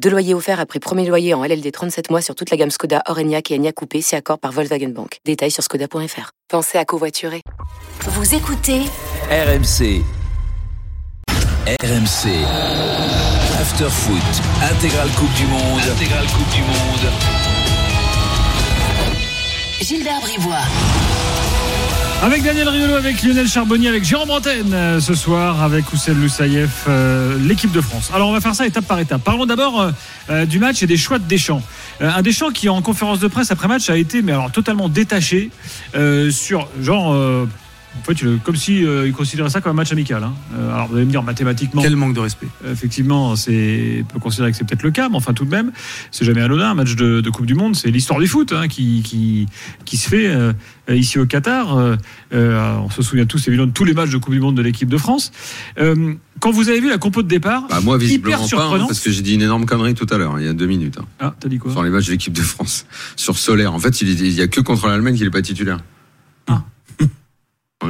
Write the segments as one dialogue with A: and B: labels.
A: Deux loyers offerts après premier loyer en LLD 37 mois sur toute la gamme Skoda, Orenia et Enya Coupé, si accord par Volkswagen Bank. Détails sur skoda.fr. Pensez à covoiturer.
B: Vous écoutez
C: RMC. RMC. After Foot. Intégrale Coupe du Monde. Intégrale Coupe du Monde.
B: Gilbert Bribois.
D: Avec Daniel Riolo, avec Lionel Charbonnier, avec Jérôme Antenne euh, ce soir, avec Oussel Loussaïef, euh, l'équipe de France. Alors on va faire ça étape par étape. Parlons d'abord euh, du match et des choix de Deschamps. Euh, un Deschamps qui en conférence de presse après match a été mais alors totalement détaché euh, sur genre... euh, En fait, comme si euh, il considérait ça comme un match amical. Hein. Euh, alors, vous allez me dire mathématiquement.
E: Quel manque de respect.
D: Effectivement, c'est peut considérer que c'est peut-être le cas, mais enfin tout de même, c'est jamais anodin. Un match de, de Coupe du Monde, c'est l'histoire du foot hein, qui, qui, qui se fait euh, ici au Qatar. Euh, on se souvient tous évidemment de tous les matchs de Coupe du Monde de l'équipe de France. Euh, quand vous avez vu la compo de départ,
E: bah moi visiblement hyper pas, hein, parce que j'ai dit une énorme connerie tout à l'heure, hein, il y a deux minutes.
D: Ah, t'as dit quoi
E: Sur les matchs de l'équipe de France, sur Solaire. En fait, il n'y a que contre l'Allemagne qu'il n'est pas titulaire.
D: Ah.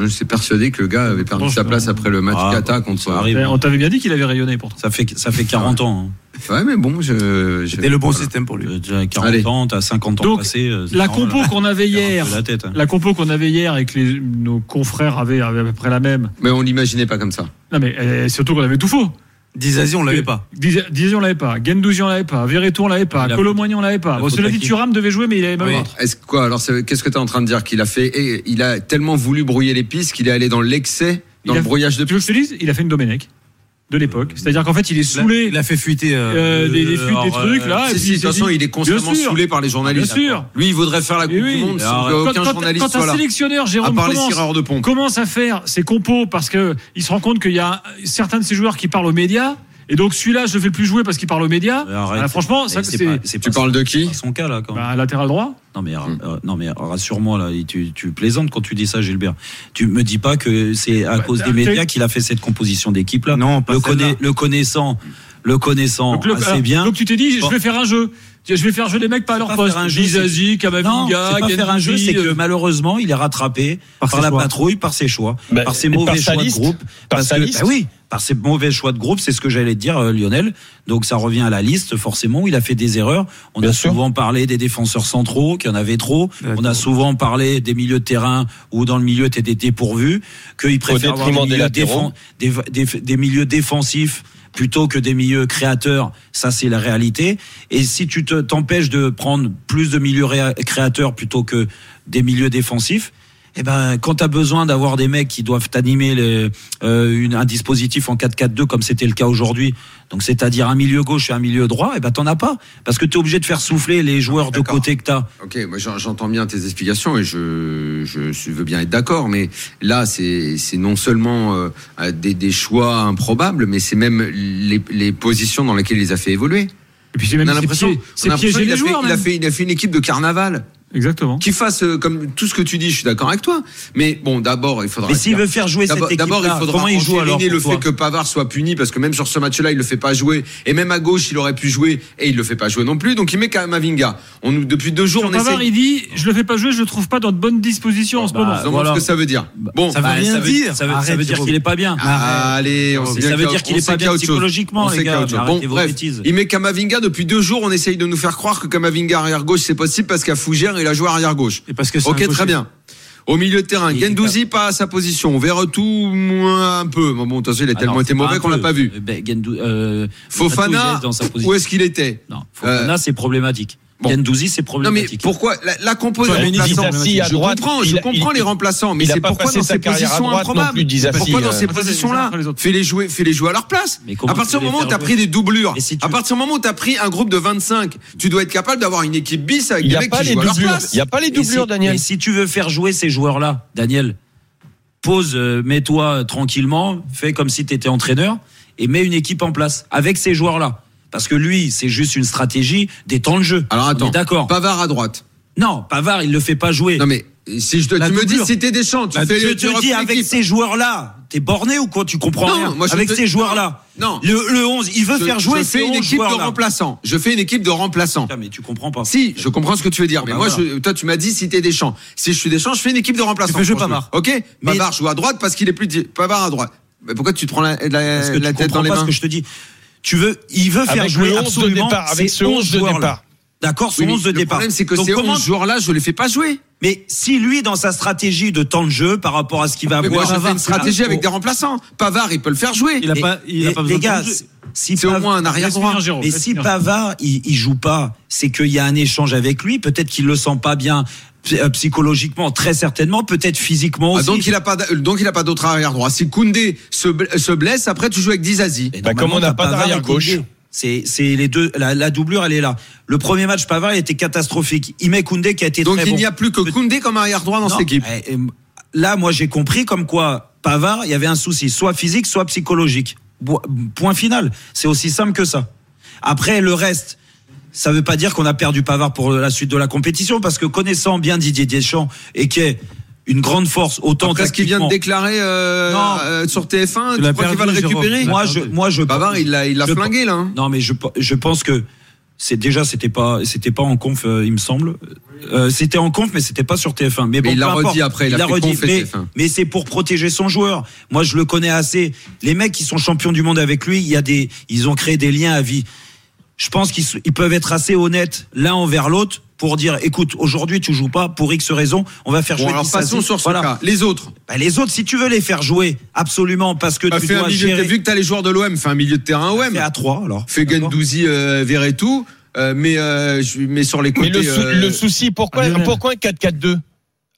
E: Je suis persuadé que le gars avait perdu sa place après le match ah, Kata contre.
D: Ça arrive.
F: hein.
D: On t'avait bien dit qu'il avait rayonné pourtant.
F: bah, Ça fait, ça fait 40 ans.
E: Hein. Ouais, mais bon, je.
F: C'était le bon voilà. système pour lui. Déjà 40 Allez. ans, t'as 50 ans euh,
D: Donc,
F: passé.
D: La compo qu'on avait hier. La, tête, hein. la compo qu'on avait hier et que les, nos confrères avaient, avaient, à peu près la même.
E: Mais on l'imaginait pas comme ça.
D: Non, mais euh, surtout qu'on avait tout faux.
F: Dizazi, on l'avait pas.
D: Dizazi, on l'avait pas. Gendouzi, on l'avait pas. Verretou, on l'avait pas. La Colomoigny, on l'avait pas. La bon, cela dit, Thuram devait jouer, mais il avait mal. Oui.
E: Est-ce quoi Alors, qu'est-ce qu que tu es en train de dire Qu'il a fait. Et il a tellement voulu brouiller les pistes qu'il est allé dans l'excès, dans il le brouillage de pistes.
D: Tu veux que je te dise Il a fait une Domenech de l'époque. C'est-à-dire qu'en fait, il est saoulé.
F: Il a fait fuiter euh,
D: euh, des, des, fuites, alors, des trucs là.
E: Si, si, de toute façon, il est constamment saoulé par les journalistes.
D: Bien sûr.
E: Lui, il voudrait faire la Coupe oui. du Monde. Alors, sans quand,
D: aucun
E: quand, journaliste
D: quand un
E: soit
D: sélectionneur, Jérôme,
E: à
D: commence,
E: de pont.
D: commence à faire ses compos parce que il se rend compte qu'il y a certains de ses joueurs qui parlent aux médias. Et donc celui-là, je ne fais plus jouer parce qu'il parle aux médias. Arrête, ah, franchement, ça,
E: c'est, tu parles de qui
F: Son cas là, quand
D: bah, latéral droit.
F: Non mais, hum. euh, non mais rassure-moi là, tu, tu, plaisantes quand tu dis ça, Gilbert. Tu me dis pas que c'est à bah, cause des médias qu'il a fait cette composition d'équipe là.
E: Non,
F: pas le, conna... le connaissant, le connaissant,
D: donc, le...
F: assez alors, ah, bien.
D: Donc tu t'es dit, je vais faire un jeu. Je vais faire jouer les mecs pas à leur pas poste. Gizazi, Kamavinga,
F: pas faire un jeu, c'est que euh, malheureusement, il est rattrapé par, par la choix. patrouille, par ses choix, bah, par ses mauvais par choix liste, de groupe.
E: Par parce sa
F: que,
E: liste.
F: Bah oui, par ses mauvais choix de groupe, c'est ce que j'allais te dire, euh, Lionel. Donc ça revient à la liste, forcément. Il a fait des erreurs. On Bien a sûr. souvent parlé des défenseurs centraux, qu'il y en avait trop. On a souvent parlé des milieux de terrain où dans le milieu t'étais dépourvu, qu'il préfère avoir des milieux, des, des, des milieux défensifs plutôt que des milieux créateurs. Ça, c'est la réalité. Et si tu t'empêches te, de prendre plus de milieux créateurs plutôt que des milieux défensifs, eh ben, quand tu as besoin d'avoir des mecs qui doivent animer les, euh, une, un dispositif en 4-4-2 comme c'était le cas aujourd'hui, donc c'est-à-dire un milieu gauche et un milieu droit, eh ben t'en as pas parce que tu es obligé de faire souffler les joueurs de côté que tu as.
E: OK, moi j'entends bien tes explications et je, je veux bien être d'accord mais là c'est non seulement euh, des, des, choix improbables mais c'est même les, les positions dans lesquelles il les a fait évoluer.
D: Et puis j'ai même l'impression
E: qu'il a, fait, il a, fait, il a fait une équipe de carnaval.
D: Exactement.
E: Qu'il fasse euh, comme tout ce que tu dis, je suis d'accord avec toi. Mais bon, d'abord, il faudra.
F: Mais s'il veut faire jouer cette équipe,
E: d'abord, il faudra
F: comment il joue alors
E: le fait que Pavard soit puni parce que même sur ce match-là, il le fait pas jouer. Et même à gauche, il aurait pu jouer et il le fait pas jouer non plus. Donc il met quand même Mavinga. On nous depuis deux jours,
D: sur
E: on
D: Pavard,
E: essaie...
D: il dit, je le fais pas jouer, je le trouve pas dans de bonnes dispositions bon, en ce bah, moment.
E: Voilà. ce que ça veut dire. Bon,
F: ça veut rien Ah, bah, dire. Ça veut, Arrête, ça veut dire qu'il est pas bien.
E: Ah, Allez, on
F: Ça veut dire qu'il est pas bien psychologiquement, les gars.
E: Bon, bref, il met Kamavinga depuis deux jours. On essaye de nous faire croire que Kamavinga arrière gauche, c'est possible parce qu'à Fougère, il a joué arrière gauche.
F: Et parce que
E: ok, très bien. Au milieu de terrain, Gendouzi pas à sa position. Verretou moins un peu. Bon, de toute façon, il a tellement ah non, été mauvais qu'on l'a pas vu.
F: Ben, Gendou, euh,
E: Fofana,
F: dans sa
E: où est-ce qu'il était
F: non, Fofana, euh, c'est problématique. Bon. Gendouzi, c'est problématique.
E: Non, mais pourquoi la, la composition ouais, remplaçant, je comprends, je comprends il, les remplaçants, mais c'est pourquoi dans ces positions improbables Pourquoi dans ces
F: euh,
E: positions-là Fais-les jouer, fais-les jouer à leur place. À partir du moment où tu as pris des doublures, à partir du moment où tu as pris un groupe de 25, tu dois être capable d'avoir une équipe bis avec des mecs qui jouent à leur place.
F: Il n'y a pas les doublures, Daniel. Et si tu veux faire jouer ces joueurs-là, Daniel, pose, euh, mets-toi tranquillement, fais comme si tu étais entraîneur et mets une équipe en place avec ces joueurs-là. Parce que lui, c'est juste une stratégie des temps de jeu.
E: Alors attends,
F: d'accord.
E: Pavard à droite.
F: Non, Pavard, il ne le fait pas jouer.
E: Non mais euh, Si je te,
F: La
E: tu me dis
F: doublure.
E: c'était Deschamps, tu
F: Bah,
E: fais
F: je
E: tu
F: te dis,
E: refais
F: avec
E: l'équipe.
F: ces joueurs-là, t'es borné ou quoi Tu comprends
E: Non,
F: rien
E: moi, je
F: Avec
E: te-
F: ces joueurs-là.
E: Non.
F: Le, le 11, il veut
E: Je-
F: faire jouer
E: je
F: ces
E: fais une
F: 11
E: équipe de
F: joueurs-là.
E: remplaçants. Je fais une équipe de remplaçants.
F: Putain, mais tu comprends pas.
E: Si, je comprends ce que tu veux dire, mais
F: bah
E: moi,
F: voilà.
E: je- toi, tu m'as dit si t'es Deschamps. Si je suis Deschamps, je fais une équipe de remplaçants.
F: Tu fais jouer
E: franchement.
F: Pavard.
E: Ok.
F: Mais-
E: Pavard joue à droite parce qu'il est plus di- Pavard à droite. Mais pourquoi tu te prends la, la-
F: Parce que
E: euh, la
F: tu
E: tête dans
F: comprends
E: les
F: pas
E: mains
F: ce que je te dis. Tu veux, il veut faire
G: Avec
F: jouer
G: le 11 de
F: absolument
G: départ, avec
F: ces
G: ce
F: 11
G: 11 de
F: joueurs-là.
G: départ.
F: D'accord, son
E: Oui, mais
F: 11 de
E: Le
F: départ.
E: problème, c'est que
F: Donc
E: ces
F: comment-
E: 11 joueurs-là, je les fais pas jouer.
F: Mais si lui, dans sa stratégie de temps de jeu, par rapport à ce qu'il va
E: Mais moi,
F: avoir,
E: je fais une stratégie avec des
F: Oh.
E: remplaçants. Pavard, il peut le faire jouer.
D: Il a pas- il a
F: Et-
D: pas
F: et-
D: besoin
F: les
D: de temps
F: gars,
D: de jeu.
F: si
E: C'est au
F: Pavard-
E: moins un arrière droit.
D: Laisse finir, Jérôme,
F: Mais
D: laisse
F: si
D: finir.
F: Pavard, il, il joue pas, c'est qu'il y a un échange avec lui. Peut-être qu'il le sent pas bien psy- euh, psychologiquement, très certainement. Peut-être physiquement
E: Ah,
F: aussi.
E: donc il a pas d- donc il a pas d'autre arrière droit. Si Koundé se, bl- se blesse, après tu joues avec Dizazi.
F: Mais
G: Bah,
F: normalement,
G: comme on n'a
F: t'as
G: pas
F: Pavard
G: d'arrière
F: et Koundé.
G: gauche.
F: C'est, c'est les deux. La, la doublure, elle est là. Le premier match, Pavard il était catastrophique. Il met Koundé qui a été
E: Donc
F: très
E: il
F: bon.
E: n'y a plus que Koundé comme arrière droit dans
F: Non,
E: cette équipe.
F: eh, eh, Là, moi, j'ai compris comme quoi Pavard, il y avait un souci, soit physique, soit psychologique. Bo- Point final. C'est aussi simple que ça. Après, le reste. Ça ne veut pas dire qu'on a perdu Pavard pour la suite de la compétition, parce que connaissant bien Didier Deschamps et qui est une grande force, autant
E: Après ce qu'il vient de
F: tactiquement-
E: déclarer euh,
F: Non.
E: euh, sur TF1,
D: l'as
E: tu crois qu'il va le
D: perdu, Jérôme.
E: récupérer
F: Moi, je, moi, je.
E: Pavard, il l'a il l'a
F: je-
E: flingué là. hein.
F: Non, mais je, je pense que c'est déjà c'était pas c'était pas en conf, euh, il me semble. Euh, c'était en conf, mais c'était pas sur TF1. Mais, bon,
E: il l'a
F: peu importe.
E: redit après, il a
F: l'a
E: fait conf et
F: mais,
E: TF1.
F: mais c'est pour protéger son joueur. Moi, je le connais assez. Les mecs qui sont champions du monde avec lui, il y a des, ils ont créé des liens à vie. Je pense qu'ils se- ils peuvent être assez honnêtes l'un envers l'autre pour dire, écoute, aujourd'hui tu joues pas pour X raison, on va faire
E: Bon,
F: jouer.
E: alors
F: Dissasi.
E: passons sur ce
F: Voilà.
E: cas. Les autres.
F: Bah, les autres, si tu veux les faire jouer, absolument, parce que
E: Bah,
F: tu
E: fais un
F: dois
E: milieu de-
F: gérer.
E: Vu que t'as les joueurs de l'OM, fais un milieu de terrain OM.
F: Fais à 3 alors.
E: Fais
F: D'accord
E: Gendouzi, euh, Verretou, euh, mais euh, je mets sur les côtés.
G: Mais le, sou-
E: euh,
G: le souci, pourquoi,
D: Lionel.
G: pourquoi un 4-4-2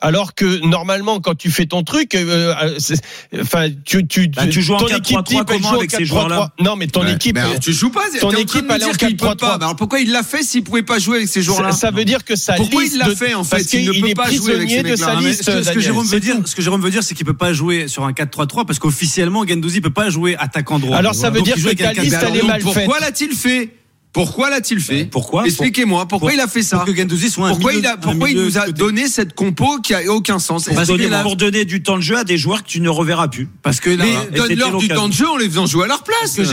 G: alors que normalement, quand tu fais ton truc, euh, euh, c'est- enfin, tu, tu,
F: Bah, tu joues en
G: ton
F: 4-3-3,
G: équipe type, elle
F: comment
G: joue en
F: avec ces
G: 4-3-3.
F: joueurs-là
G: Non, mais ton
E: ouais.
G: équipe, euh,
E: Mais alors, tu joues pas.
G: ton
E: t'es en train
G: équipe,
E: de me
G: elle est en
E: dire qu'il peut
G: 4-3-3.
E: pas. Mais Alors pourquoi il l'a fait s'il pouvait pas jouer avec ces joueurs-là
G: ça, ça veut dire que ça
E: Pourquoi
G: liste
E: il l'a
G: de-
E: fait, en fait
G: parce
E: Il
G: qu'il
E: ne peut
G: est
E: pas jouer avec
G: prisonnier
E: ces
G: de
E: mecs-là.
G: sa
E: Ah, mais
G: liste.
E: est-ce que- est-ce que
G: Daniel.
H: Jérôme veut dire, ce que Jérôme veut dire, c'est qu'il peut pas jouer sur un 4-3-3 parce qu'officiellement, Gendouzi peut pas jouer attaquant droit.
G: Alors, ça
H: Donc,
G: veut
H: il
G: dire
H: joue
G: que
H: avec
G: ta
H: un
G: liste,
H: quatre-
G: elle est mal faite.
E: Pourquoi l'a-t-il fait Pourquoi l'a-t-il fait
F: Ben, pourquoi
E: Expliquez-moi pourquoi
F: Pour-
E: il a fait ça.
H: Pour que Gendouzi soit un
E: Pourquoi
H: milieu-
E: il a
H: un
E: pourquoi il
H: milieu
E: nous a
H: côté.
E: donné cette compo qui a aucun sens
F: Pour donner,
E: Expliquez-moi.
F: pour donner du temps de jeu à des joueurs que tu ne reverras plus.
H: Parce que là,
E: Mais
F: Et c'était
E: donne-leur du
F: l'occasion.
E: temps de jeu en les faisant jouer à leur place.
F: Mais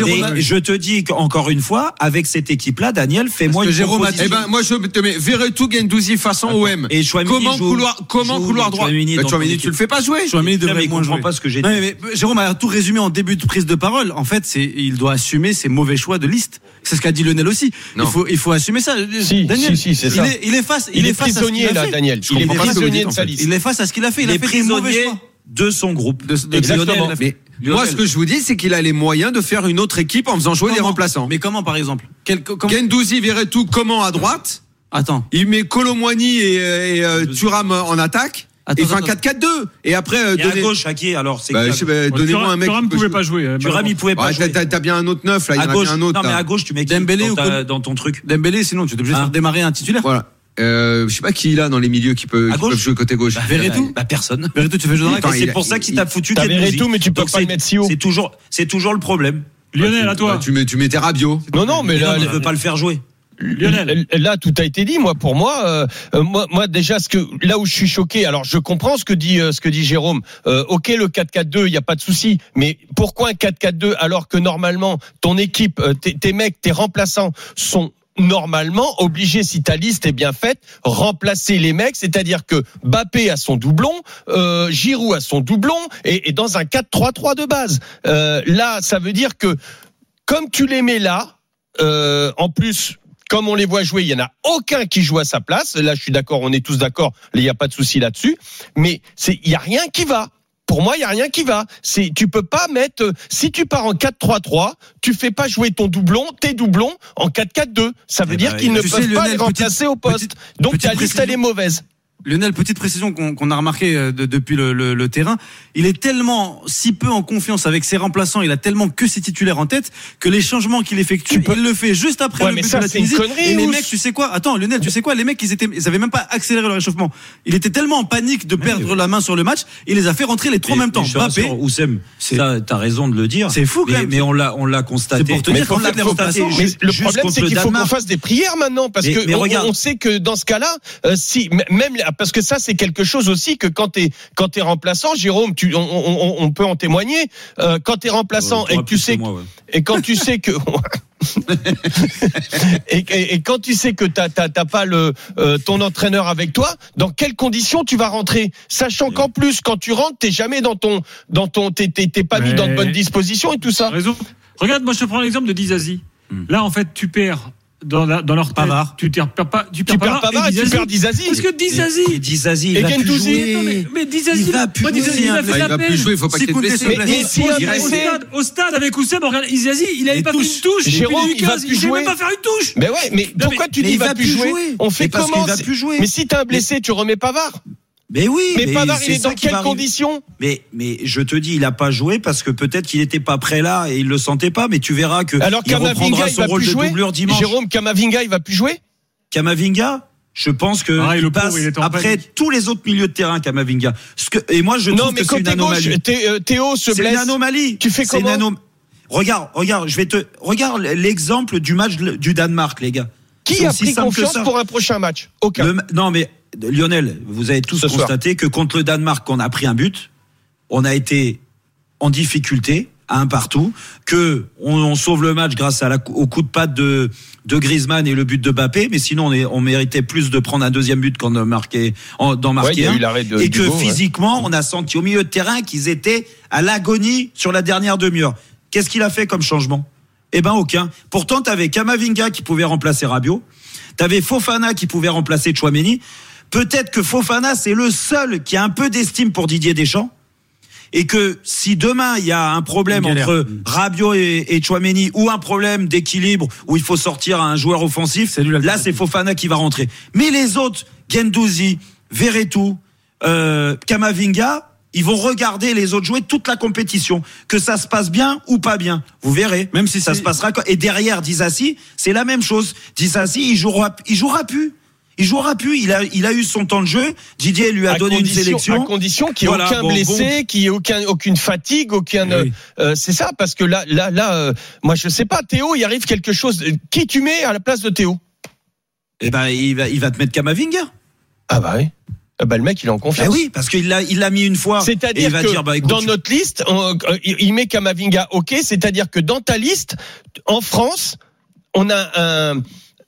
F: je te dis qu'encore une fois, avec cette équipe-là, Daniel, fais-moi une
H: Jérôme a
F: proposition.
E: Eh ben moi je te mets Verretou, Gendouzi façon OM.
F: Et Chouamini
E: Comment
F: joue-
E: couloir comment
F: joue
E: couloir droit
F: Chouamini
E: Bah,
F: dans
E: Chouamini,
F: ton
E: tu le
F: équipe.
E: fais pas jouer.
H: Chouamini
F: Putain, mais
H: devrait
F: il
H: moins
F: comprend
H: jouer.
F: pas ce que j'ai
H: Non,
F: dit.
H: mais, mais Jérôme a tout résumé en début de prise de parole. En fait, c'est il doit assumer ses mauvais choix de liste. C'est ce qu'a dit Lionel aussi.
E: Non.
H: Il faut il faut assumer ça.
G: Si, si, si, c'est
H: il
G: ça.
H: Est, il est face
G: Il est
H: face à ce qu'il
G: prisonnier,
H: a
G: là,
H: fait.
G: Daniel.
H: Je
G: Il est
H: comprends pas ce que vous
G: prisonnier
H: dites,
G: de
H: en
G: sa
H: fait.
G: liste.
H: Il est face à ce qu'il a fait. Il
F: les
H: a fait des mauvais
F: prisonniers
H: choix.
F: de son groupe.
H: De- de-
G: Exactement.
H: Lionel, il a fait-
E: Mais
H: Lionel.
E: moi ce que je vous dis c'est qu'il a les moyens de faire une autre équipe en faisant jouer des
H: Comment
E: remplaçants.
H: Mais comment, par exemple Quel- co- comment-
E: Gendouzi, Verretou, comment à droite
H: Attends.
E: Il met Colomwani et, euh, et, euh, Thuram en attaque.
H: Attends,
E: et fait un
H: attends.
E: 4-4-2. Et après, euh,
F: Et à
E: donnez-
F: gauche, à qui alors c'est
E: Bah, je sais pas, euh, donnez-moi un mec.
D: Thuram
E: qui peut
D: pouvait
E: jouer.
D: pas jouer. euh,
F: Thuram, il pouvait pas
E: Ouais, t'as-
F: jouer.
E: t'as- T'as bien un autre neuf là. Il y
F: à
E: en a
F: gauche,
E: bien un autre.
F: non mais
E: là.
F: à gauche, tu mets qui
H: Dembélé
F: dans,
H: ou
F: ta-
H: Koné
F: dans ton truc.
H: Dembélé, sinon tu es obligé de
F: Hein
H: faire démarrer un titulaire.
E: Voilà. Euh, je sais pas qui il a dans les milieux qui peut,
F: À
E: qui
F: gauche
E: peut jouer côté gauche.
H: Verretou
F: Bah personne.
H: Verretou, tu fais jouer dans la
E: Attends,
F: Et
E: il
F: C'est
E: a-
F: pour ça
E: il-
F: qu'il t'a foutu
G: T'as
F: des
G: Verretou,
F: bousies.
G: mais tu peux
F: Donc
G: pas le
F: c'est-
G: mettre si haut.
F: C'est toujours, c'est toujours le problème.
D: Lionel, à
E: Bah,
D: toi.
E: tu, mets, tu mettais Rabiot.
G: Non, non, mais
F: Mais
G: là,
F: non, il veut pas le faire jouer.
D: Lionel.
G: L- Là, tout a été dit. Moi, pour moi, euh, euh, moi, moi, déjà, ce que là où je suis choqué. Alors, je comprends ce que dit euh, ce que dit Jérôme. Euh, ok, le 4-4-2, il n'y a pas de souci. Mais pourquoi un 4-4-2 alors que normalement ton équipe, euh, tes, tes mecs, tes remplaçants sont normalement obligés, si ta liste est bien faite, remplacer les mecs, c'est-à-dire que Bappé a son doublon, euh, Giroud a son doublon, et, et dans un 4-3-3 de base. Euh, là, ça veut dire que comme tu les mets là, euh, en plus, comme on les voit jouer, il y en a aucun qui joue à sa place. Là, je suis d'accord, on est tous d'accord. Il n'y a pas de souci là-dessus. Mais c'est, il y a rien qui va. Pour moi, il y a rien qui va. C'est, tu peux pas mettre. euh, Si tu pars en 4-3-3, tu fais pas jouer ton doublon, tes doublons en 4-4-2. Ça veut
F: Eh
G: dire
F: ben,
G: qu'ils ne
H: tu
G: peuvent
H: sais,
G: pas
H: Lionel,
G: les remplacer
H: petite-
G: au poste.
H: petite-
G: Donc
H: petite
G: ta liste, elle est
H: précision.
G: mauvaise.
H: Lionel, petite précision qu'on qu'on a remarquée euh, de- depuis le, le- le terrain, il est tellement si peu en confiance avec ses remplaçants, il a tellement que ses titulaires en tête que les changements qu'il effectue, il le fait juste après
G: Ouais,
H: le
G: mais
H: but
G: ça,
H: de la
G: c'est une
H: Tunisie.
G: connerie,
H: Et les
G: ou-
H: mecs, tu sais quoi Attends, Lionel, tu sais quoi Les mecs, ils étaient, ils avaient même pas accéléré le réchauffement. Il était tellement en panique de perdre la main sur le match, il les a fait rentrer les trois en
F: Mais-
H: même temps.
F: mais je te
H: Mbappé,
F: rassure, Oussem,
H: C'est-
F: ça, t'as raison de le dire.
H: C'est fou, quand
F: mais,
H: même.
F: Mais on l'a, on l'a constaté.
H: C'est pour te
F: Mais
H: dire
F: on
H: qu'en
F: l'a
H: fait, les
F: constaté.
H: remplaçants-
G: Mais
F: ju-
G: le
F: juste
G: problème,
F: contre
G: c'est
F: le
G: qu'il faut qu'on
F: Danemark.
G: fasse des prières maintenant, parce
F: Mais-
G: que
F: mais
G: on,
F: regarde.
G: on sait que dans ce cas-là, euh, si m- même parce que ça c'est quelque chose aussi que quand t'es quand t'es remplaçant, Jérôme, tu, on, on, on peut en témoigner. Euh, quand t'es remplaçant
F: Ouais,
G: et que tu
F: plus
G: sais
F: que moi,
G: que-
F: ouais.
G: et quand tu sais que et, et- et quand tu sais que t'as t'as- t'as pas le euh, ton entraîneur avec toi, dans quelles conditions tu vas rentrer, sachant qu'en plus quand tu rentres, t'es jamais dans ton dans ton t'es t'es- t'es pas mis
D: Mais-
G: dans de bonnes dispositions et tout ça.
D: T'as raison. Regarde, moi je te prends l'exemple de Dizazi. Là, en fait, tu perds dans, la- dans leur tête.
H: Pavard.
D: Tu perds pas. Tu perds
G: Tu perds Pavard et tu
D: Disasi.
G: perds Dizazi.
D: Parce que Dizazi.
F: Dizazi,
G: Et
F: il va
G: Gendouzi,
F: plus
D: Non, mais,
F: jouer.
D: mais Dizazi,
F: Il va
D: moi,
F: plus
D: Dizazi, il
F: jouer,
D: a
F: hein.
D: fait
E: il
D: de la
E: va
D: peine.
E: plus jouer, il faut pas
H: Six
E: qu'il y ait de
H: coups de
E: blessés.
H: décembre,
G: Mais- mais si
D: Au
G: un
D: stade-
G: blessé-
D: Au stade avec Oussem, regarde Dizazi, il avait
G: Mais
D: pas
G: tous.
D: fait une touche. depuis
G: Jérôme, il va
D: 2015,
G: plus
D: sait
G: jouer.
D: même pas faire une touche.
G: Mais ouais, mais
D: mais-
G: pourquoi tu dis
F: mais
G: il va plus jouer, On fait
F: Mais parce
G: comment
F: qu'il va
G: c'est-
F: plus jouer.
G: Mais si t'as un blessé, tu remets Pavard.
F: Mais oui,
G: Mais, Pavard, il
F: c'est
G: est
F: ça
G: dans
F: qui va
G: quelles
F: arriver.
G: conditions
F: Mais, mais je te dis, il a pas joué parce que peut-être qu'il n'était pas prêt là et il le sentait pas, mais tu verras que
G: Alors
F: il reprendra
G: Kamavinga, il
F: son
G: va
F: rôle
G: plus
F: de
G: jouer.
F: doublure dimanche.
G: Jérôme Kamavinga, il va plus jouer.
F: Kamavinga, je pense que
D: Ah, et
F: il
D: le pauvre,
F: passe
D: il est en
F: après
D: panique.
F: tous les autres milieux de terrain, Kamavinga. Ce que, et moi, je
G: Non,
F: trouve
G: mais
F: que c'est une
G: côté gauche,
F: anomalie.
G: Thé- euh, Théo se
F: C'est une
G: blesse.
F: anomalie.
G: Tu fais
F: C'est une
G: comment
F: anom- Regarde, regarde, je vais te regarde l'exemple du match du Danemark, les gars. C'est
G: Qui a
F: aussi
G: pris
F: simple que
G: confiance
F: ça.
G: pour un prochain match Aucun.
F: Le ma- non, mais Lionel, vous avez tous
G: Ce soir.
F: constaté que contre le Danemark, on a pris un but, on a été en difficulté à un partout, que on, on sauve le match grâce à la, cou- au coup de patte de, de Griezmann et le but de Mbappé, mais sinon on, est- on méritait plus de prendre un deuxième but qu'en marquer, en, d'en
G: Ouais, il y
F: marquer
G: a
F: un.
G: eu l'arrêt de
F: et que
G: Dubo, ouais.
F: physiquement, on a senti au milieu de terrain qu'ils étaient à l'agonie sur la dernière demi-heure. Qu'est-ce qu'il a fait comme changement Eh ben aucun. Pourtant, t'avais Kamavinga qui pouvait remplacer Rabiot. T'avais Fofana qui pouvait remplacer Chouameni. Peut-être que Fofana, c'est le seul qui a un peu d'estime pour Didier Deschamps. Et que si demain il y a un problème
H: Une galère.
F: entre Rabiot et, et Chouameni ou un problème d'équilibre où il faut sortir un joueur offensif,
H: lui l'alternative.
F: là c'est Fofana qui va rentrer. Mais les autres, Gendouzi, Verretou, euh, Kamavinga, ils vont regarder les autres jouer toute la compétition, que ça se passe bien ou pas bien. Vous verrez.
H: Même si
F: ça
H: c'est-
F: se passera. co- Et derrière Dizassi, c'est la même chose. Dizassi, il jouera, il jouera plus. Il jouera plus. Il a, il a eu son temps de jeu. Didier lui a
G: À
F: donné une
G: condition-
F: sélection.
G: À condition qu'il n'y ait
F: Voilà,
G: aucun
F: bon,
G: blessé, qu'il n'y ait aucun, aucune fatigue, aucun. euh, euh, c'est ça, parce que là, là, là, euh, moi, je sais pas, Théo, il arrive quelque chose. euh, Qui tu mets à la place de Théo
F: Eh ben, il va, il va te mettre Kamavinga.
G: Ah bah oui. Ah bah le mec, il est en confiance.
F: Ben oui, parce qu'il l'a, il l'a mis une fois. Hein. Et
G: C'est-à-dire
F: il va
G: que
F: dire, bah, écoute,
G: dans notre liste, on- euh, il met Kamavinga, ok. C'est-à-dire que dans ta liste, en France, on a un,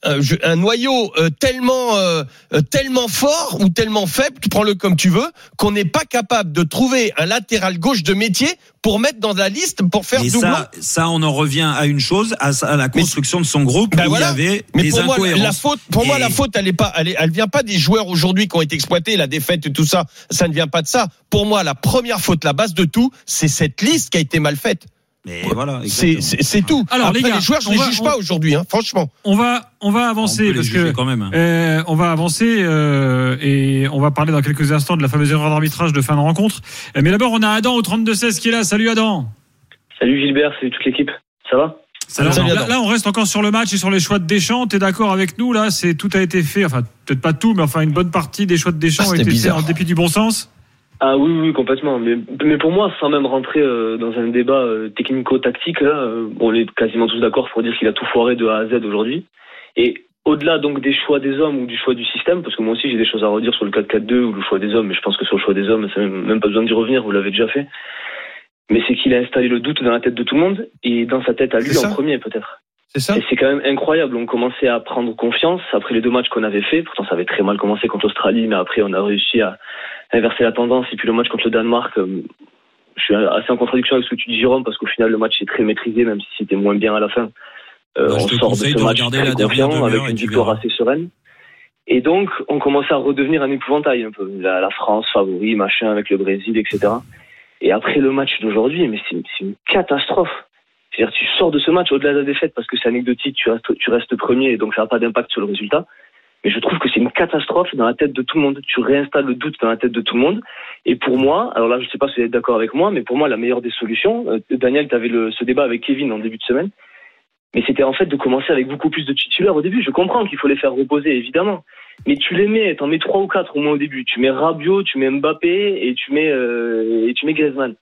G: un, je- un noyau euh, tellement, euh, euh, tellement fort ou tellement faible, tu prends-le comme tu veux, qu'on n'est pas capable de trouver un latéral gauche de métier pour mettre dans la liste pour faire
F: Et
G: doublon.
F: ça, ça, on en revient à une chose, à, sa- à la construction de son groupe
G: Ben
F: où
G: voilà.
F: il y avait
G: Mais
F: des
G: pour moi,
F: incohérences.
G: la faute, pour moi,
F: Et-
G: la faute, elle est pas, elle, est- elle vient pas des joueurs aujourd'hui qui ont été exploités, la défaite et tout ça, ça ne vient pas de ça. Pour moi, la première faute, la base de tout, c'est cette liste qui a été mal faite.
F: Mais voilà,
G: C'est,
F: exactement.
G: c'est- c'est tout.
D: Alors,
G: Après,
D: les
G: les,
D: gars,
G: joueurs, je
D: on
G: les
D: va-
G: juge
D: on-
G: pas aujourd'hui, hein, franchement.
D: On va, on va
F: On peut
D: avancer
F: les
D: parce
F: juger
D: que.
F: quand même. hein.
D: Euh, on va avancer euh, et on va parler dans quelques instants de la fameuse erreur d'arbitrage de fin de rencontre. Euh, Mais d'abord, on a Adam au 32-16 qui est là. Salut Adam.
I: Salut Gilbert, salut toute l'équipe. Ça va
D: Alors,
G: Salut,
D: là,
G: Adam.
D: là, on reste encore sur le match et sur les choix de Deschamps. T'es d'accord avec nous Là, c'est tout a été fait. Enfin, peut-être pas tout, mais enfin une bonne partie des choix de Deschamps
G: Ah,
D: ont
G: c'était
D: été faits
G: bizarre.
D: en dépit du bon sens.
I: Ah oui, oui, complètement. Mais, mais pour moi, sans même rentrer euh, dans un débat euh, technico-tactique, là, euh, on est quasiment tous d'accord pour dire qu'il a tout foiré de A à Z aujourd'hui. Et au-delà donc des choix des hommes ou du choix du système, parce que moi aussi j'ai des choses à redire sur le 4-4-2 ou le choix des hommes, mais je pense que sur le choix des hommes, ça même, même pas besoin d'y revenir, vous l'avez déjà fait. Mais c'est qu'il a installé le doute dans la tête de tout le monde et dans sa tête à lui
G: C'est ça.
I: en premier peut-être.
G: C'est ça.
I: Et c'est quand même incroyable. On commençait à prendre confiance après les deux matchs qu'on avait fait. Pourtant, ça avait très mal commencé contre l'Australie, mais après, on a réussi à inverser la tendance. Et puis, le match contre le Danemark, euh, je suis assez en contradiction avec ce que tu dis, Jérôme, parce qu'au final, le match est très maîtrisé, même si c'était moins bien à la fin. Euh,
F: Bah, je
I: on
F: te
I: sort de
F: conseille
I: ce
F: de
I: match
F: regarder
I: très
F: la dernière
I: confiant,
F: demi-heure
I: avec
F: et
I: une
F: tu
I: victoire
F: verras.
I: assez sereine. Et donc, on commençait à redevenir un épouvantail un peu. La, la France, favori, machin, avec le Brésil, etc. Et après le match d'aujourd'hui, mais c'est c'est une catastrophe. C'est-à-dire, tu sors de ce match au-delà de la défaite parce que c'est anecdotique, tu restes, tu restes premier et donc ça n'a pas d'impact sur le résultat. Mais je trouve que c'est une catastrophe dans la tête de tout le monde. Tu réinstalles le doute dans la tête de tout le monde. Et pour moi, alors là, je ne sais pas si vous êtes d'accord avec moi, mais pour moi, la meilleure des solutions, euh, Daniel, tu avais le, ce débat avec Kevin en début de semaine, mais c'était en fait de commencer avec beaucoup plus de titulaires au début. Je comprends qu'il faut les faire reposer, évidemment. Mais tu les mets, t'en mets trois ou quatre au moins au début. Tu mets Rabiot, tu mets Mbappé et tu mets, euh, et tu mets Griezmann.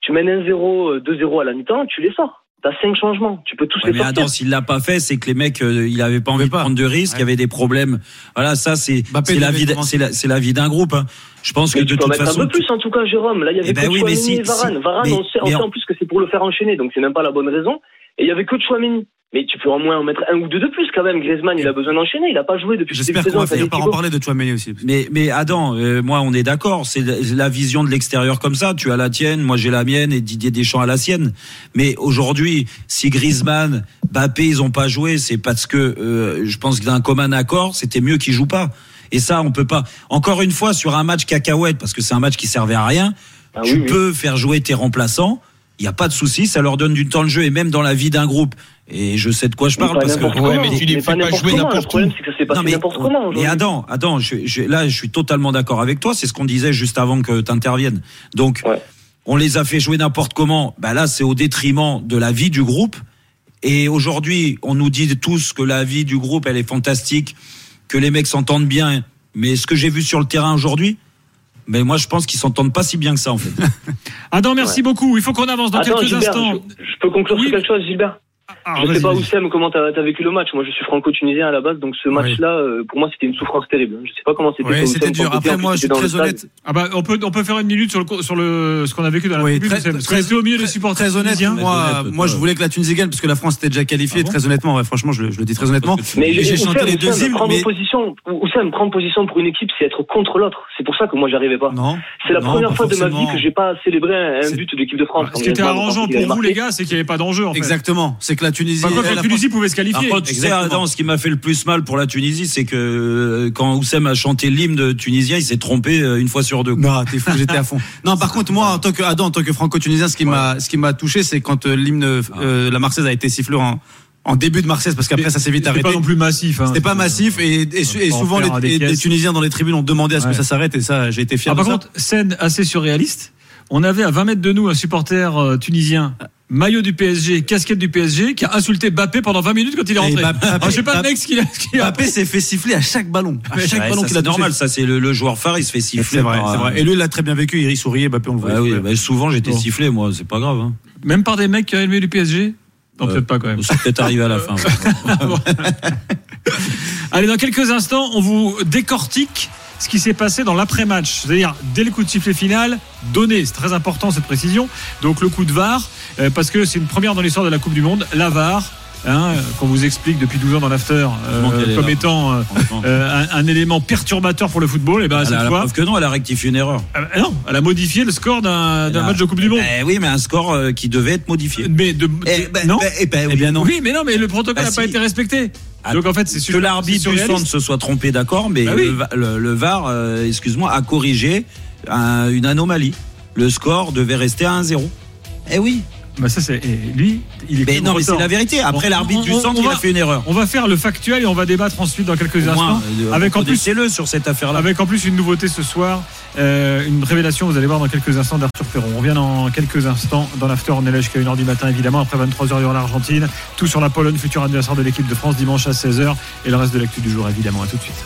I: Tu mènes 1-0, euh, 2-0 à la mi-temps, tu les sors. T'as cinq changements, tu peux tous
F: Ouais,
I: les
F: mais
I: sortir.
F: attends, s'il l'a pas fait, c'est que les mecs, euh, il avait pas envie de prendre de risques, il y avait des problèmes. Voilà, ça c'est
H: Mbappé
F: c'est la
H: devait
F: vie, d-
H: commencer.
F: c'est la, c'est la vie d'un groupe. hein. Je pense
I: Mais
F: que
I: tu
F: de
I: peux en
F: toute
I: mettre un
F: façon,
I: peu plus en tout cas, Jérôme. Là, il y
F: Eh
I: avait
F: ben
I: que
F: oui, mais
I: Chouamini et
F: si,
I: Varane.
F: si.
I: Varane,
F: Mais-
I: on sait, on
F: mais
I: sait
F: en-
I: en plus que c'est pour le faire enchaîner, donc c'est même pas la bonne raison. Et il y avait que Chouamini. Mais tu peux au moins en mettre un ou deux de plus quand même. Griezmann, il a besoin d'enchaîner. Il a pas joué depuis le début
H: J'espère
I: de
H: qu'on
I: saison.
H: va
I: t'as
H: finir
I: dit
H: par en
I: Thibaut.
H: parler de Chouameni aussi.
F: Mais, mais Adam, euh, moi on est d'accord, c'est la- la vision de l'extérieur comme ça. Tu as la tienne, moi j'ai la mienne et Didier Deschamps a la sienne. Mais aujourd'hui, si Griezmann, Mbappé, ils ont pas joué, c'est parce que euh, je pense que d'un commun accord, c'était mieux qu'ils jouent pas. Et ça, on peut pas. Encore une fois, sur un match cacahuète, parce que c'est un match qui servait à rien,
I: Ah
F: tu
I: oui, oui.
F: peux faire jouer tes remplaçants. Il n'y a pas de souci, ça leur donne du temps de jeu et même dans la vie d'un groupe. Et je sais de quoi je
I: Mais
F: parle
I: pas
F: parce que
I: n'importe
G: Ouais,
I: comment.
G: mais tu les fais
I: pas
G: pas
I: n'importe
G: jouer
I: comment.
G: n'importe
I: Le problème,
G: où.
I: c'est que ça s'est passé
F: non, mais,
I: n'importe comment.
F: mais
I: aujourd'hui.
F: Adam, Adam, je- je- là, je suis totalement d'accord avec toi. C'est ce qu'on disait juste avant que tu interviennes. Donc,
I: Ouais.
F: on les a fait jouer n'importe comment. Bah là, c'est au détriment de la vie du groupe. Et aujourd'hui, on nous dit tous que la vie du groupe, elle est fantastique, que les mecs s'entendent bien. Mais ce que j'ai vu sur le terrain aujourd'hui, mais moi, je pense qu'ils s'entendent pas si bien que ça, en fait.
D: Adam, merci beaucoup. Il faut qu'on avance dans
I: Attends,
D: quelques
I: Gilbert,
D: instants.
I: Je, je peux conclure
D: Oui,
I: sur quelque chose, Gilbert
D: Ah,
I: Je
D: vas-y,
I: sais pas où
D: vas-y.
I: Sam, comment t'as as vécu le match. Moi, je suis franco-tunisien à la base, donc ce match-là, euh, pour moi, c'était une souffrance terrible. Je sais pas comment c'était.
H: Oui,
I: pour
H: c'était
I: Oussem,
H: dur.
I: quand t'étais,
H: Après,
I: en plus,
H: moi, je
I: t'étais
H: suis
I: dans le
H: très
I: stade.
H: honnête.
D: Ah bah, on, peut, on peut faire une minute sur le, co- sur le, ce qu'on a vécu dans la
H: Oui,
D: tribune,
H: très,
D: Oussem,
H: très,
D: parce qu'on était au milieu des supporters.
H: Très honnête,
D: tunisiens.
H: moi,
F: honnête,
H: moi je
F: ouais.
H: voulais que la Tunisie gagne parce que la France était déjà qualifiée.
D: Ah bon
H: très honnêtement, ouais, franchement, je, le- je le dis très honnêtement.
I: Mais
H: Et j'ai
I: Oussem,
H: chanté les
I: Oussem,
H: deux hymnes,
I: prendre
H: mais-
I: position, Oussem, prendre position pour une équipe, c'est être contre l'autre. C'est pour ça que moi, j'arrivais pas.
H: Non.
I: C'est la
H: non,
I: première
H: pas
I: fois de ma vie
H: forcément.
I: que j'ai pas célébré un, un
H: C'est-
I: but de l'équipe de France.
D: Ce qui était arrangeant pour vous, les gars, c'est qu'il n'y avait pas d'enjeu, en fait.
H: Exactement. C'est que la Tunisie.
D: Par contre,
H: et
D: la
H: la
D: Tunisie pouvait se
F: Par
D: qualifier.
F: contre, tu sais,
H: Exactement.
F: Adam, ce qui m'a fait le plus mal pour la Tunisie, c'est que euh, quand Oussem a chanté l'hymne tunisien, il s'est trompé euh, une fois sur deux.
H: Non, t'es fou, j'étais à fond. Non, par contre, moi, en tant que Adam, en tant que franco-tunisien, ce qui m'a, ce qui m'a touché, c'est quand euh, l'hymne,
F: Ah.
H: euh, la Marseillaise a été sifflée en, en début de Marseillaise, parce qu'après, ça s'est vite
D: C'était
H: arrêté.
D: pas non plus massif. hein.
H: C'était pas massif
F: euh,
H: et, et,
D: On
H: et
D: peut en
H: souvent les,
D: faire des
H: et- les
D: caisses.
H: Tunisiens dans les tribunes ont demandé à ce
D: Ouais.
H: que ça s'arrête et ça, j'ai été fier
D: Ah,
H: de
D: par
H: ça.
D: contre, scène assez surréaliste. On avait à 20 mètres de nous un supporter euh, tunisien. Maillot du PSG, casquette du PSG, qui a insulté Bappé pendant 20 minutes quand il est rentré.
H: Et Mbappé-
D: Alors, je sais pas,
H: Mbappé-
D: mec, ce qu'il a. ce qu'il a-
H: Mbappé s'est fait siffler à chaque ballon, à chaque
F: Ouais,
H: ballon
F: ça,
H: qu'il a touché.
F: c'est normal, ça c'est le, le joueur phare, il se fait siffler.
H: C'est vrai,
F: par,
H: c'est vrai. Et lui, il l'a très bien vécu. Il souriait, Mbappé, on le voyait.
F: Ouais, oui, bah, souvent j'étais
D: Bon.
F: sifflé, moi, c'est pas grave. Hein.
D: Même par des mecs qui avaient le maillot du PSG Non,
F: Euh,
D: peut-être pas quand même.
F: C'est peut-être arrivé à la fin.
D: Allez, dans quelques instants, on vous décortique ce qui s'est passé dans l'après-match. C'est-à-dire, dès le coup de sifflet final, donné, c'est très important cette précision. Donc, le coup de VAR, euh, parce que c'est une première dans l'histoire de la Coupe du Monde, la VAR, hein, euh, qu'on vous explique depuis 12 ans dans l'after euh,
F: Heureusement qu'elle est
D: comme
F: là.
D: étant euh,
F: franchement.
D: euh, un, un élément perturbateur pour le football. Et ben,
F: Elle
D: cette
F: a la
D: fois,
F: preuve que non, elle a rectifié une erreur.
D: euh, non, elle a modifié le score d'un d'un
F: a-
D: match de Coupe du Monde.
F: Eh oui, mais un score euh, qui devait être modifié.
D: Mais de,
F: Eh
D: de-
F: ben,
D: non.
F: ben, eh ben, oui.
D: Oui, mais non, mais le protocole
F: Bah,
D: n'a pas
F: si.
D: été respecté.
F: Ah,
D: Donc en fait, c'est
F: que
D: super- c'est
F: l'arbitre du
D: surréaliste.
F: centre se soit trompé, d'accord, mais
D: Bah oui.
F: le, va- le- le VAR, euh, excuse-moi, a corrigé un- une anomalie. Le score devait rester à 1-0. Eh oui.
D: Bah, ça, c'est et lui, il est
F: Mais non, mais c'est
D: content.
F: la vérité. Après,
D: On-
F: l'arbitre
D: on-
F: du
D: on-
F: centre,
D: on
F: il
D: va-
F: a fait une erreur.
D: On va faire le factuel et on va débattre ensuite dans quelques
F: Au
D: instants.
F: moins, euh,
D: avec en plus-
F: reconnaissez-le sur cette affaire-là.
D: Avec en plus une nouveauté ce soir, euh, une révélation, vous allez voir dans quelques instants d'Arthur Perron. On revient dans quelques instants dans l'after, on est là jusqu'à 1h du matin évidemment, après 23h il y aura l'Argentine, tout sur la Pologne, futur adversaire de l'équipe de France dimanche à 16h et le reste de l'actu du jour évidemment, à tout de suite.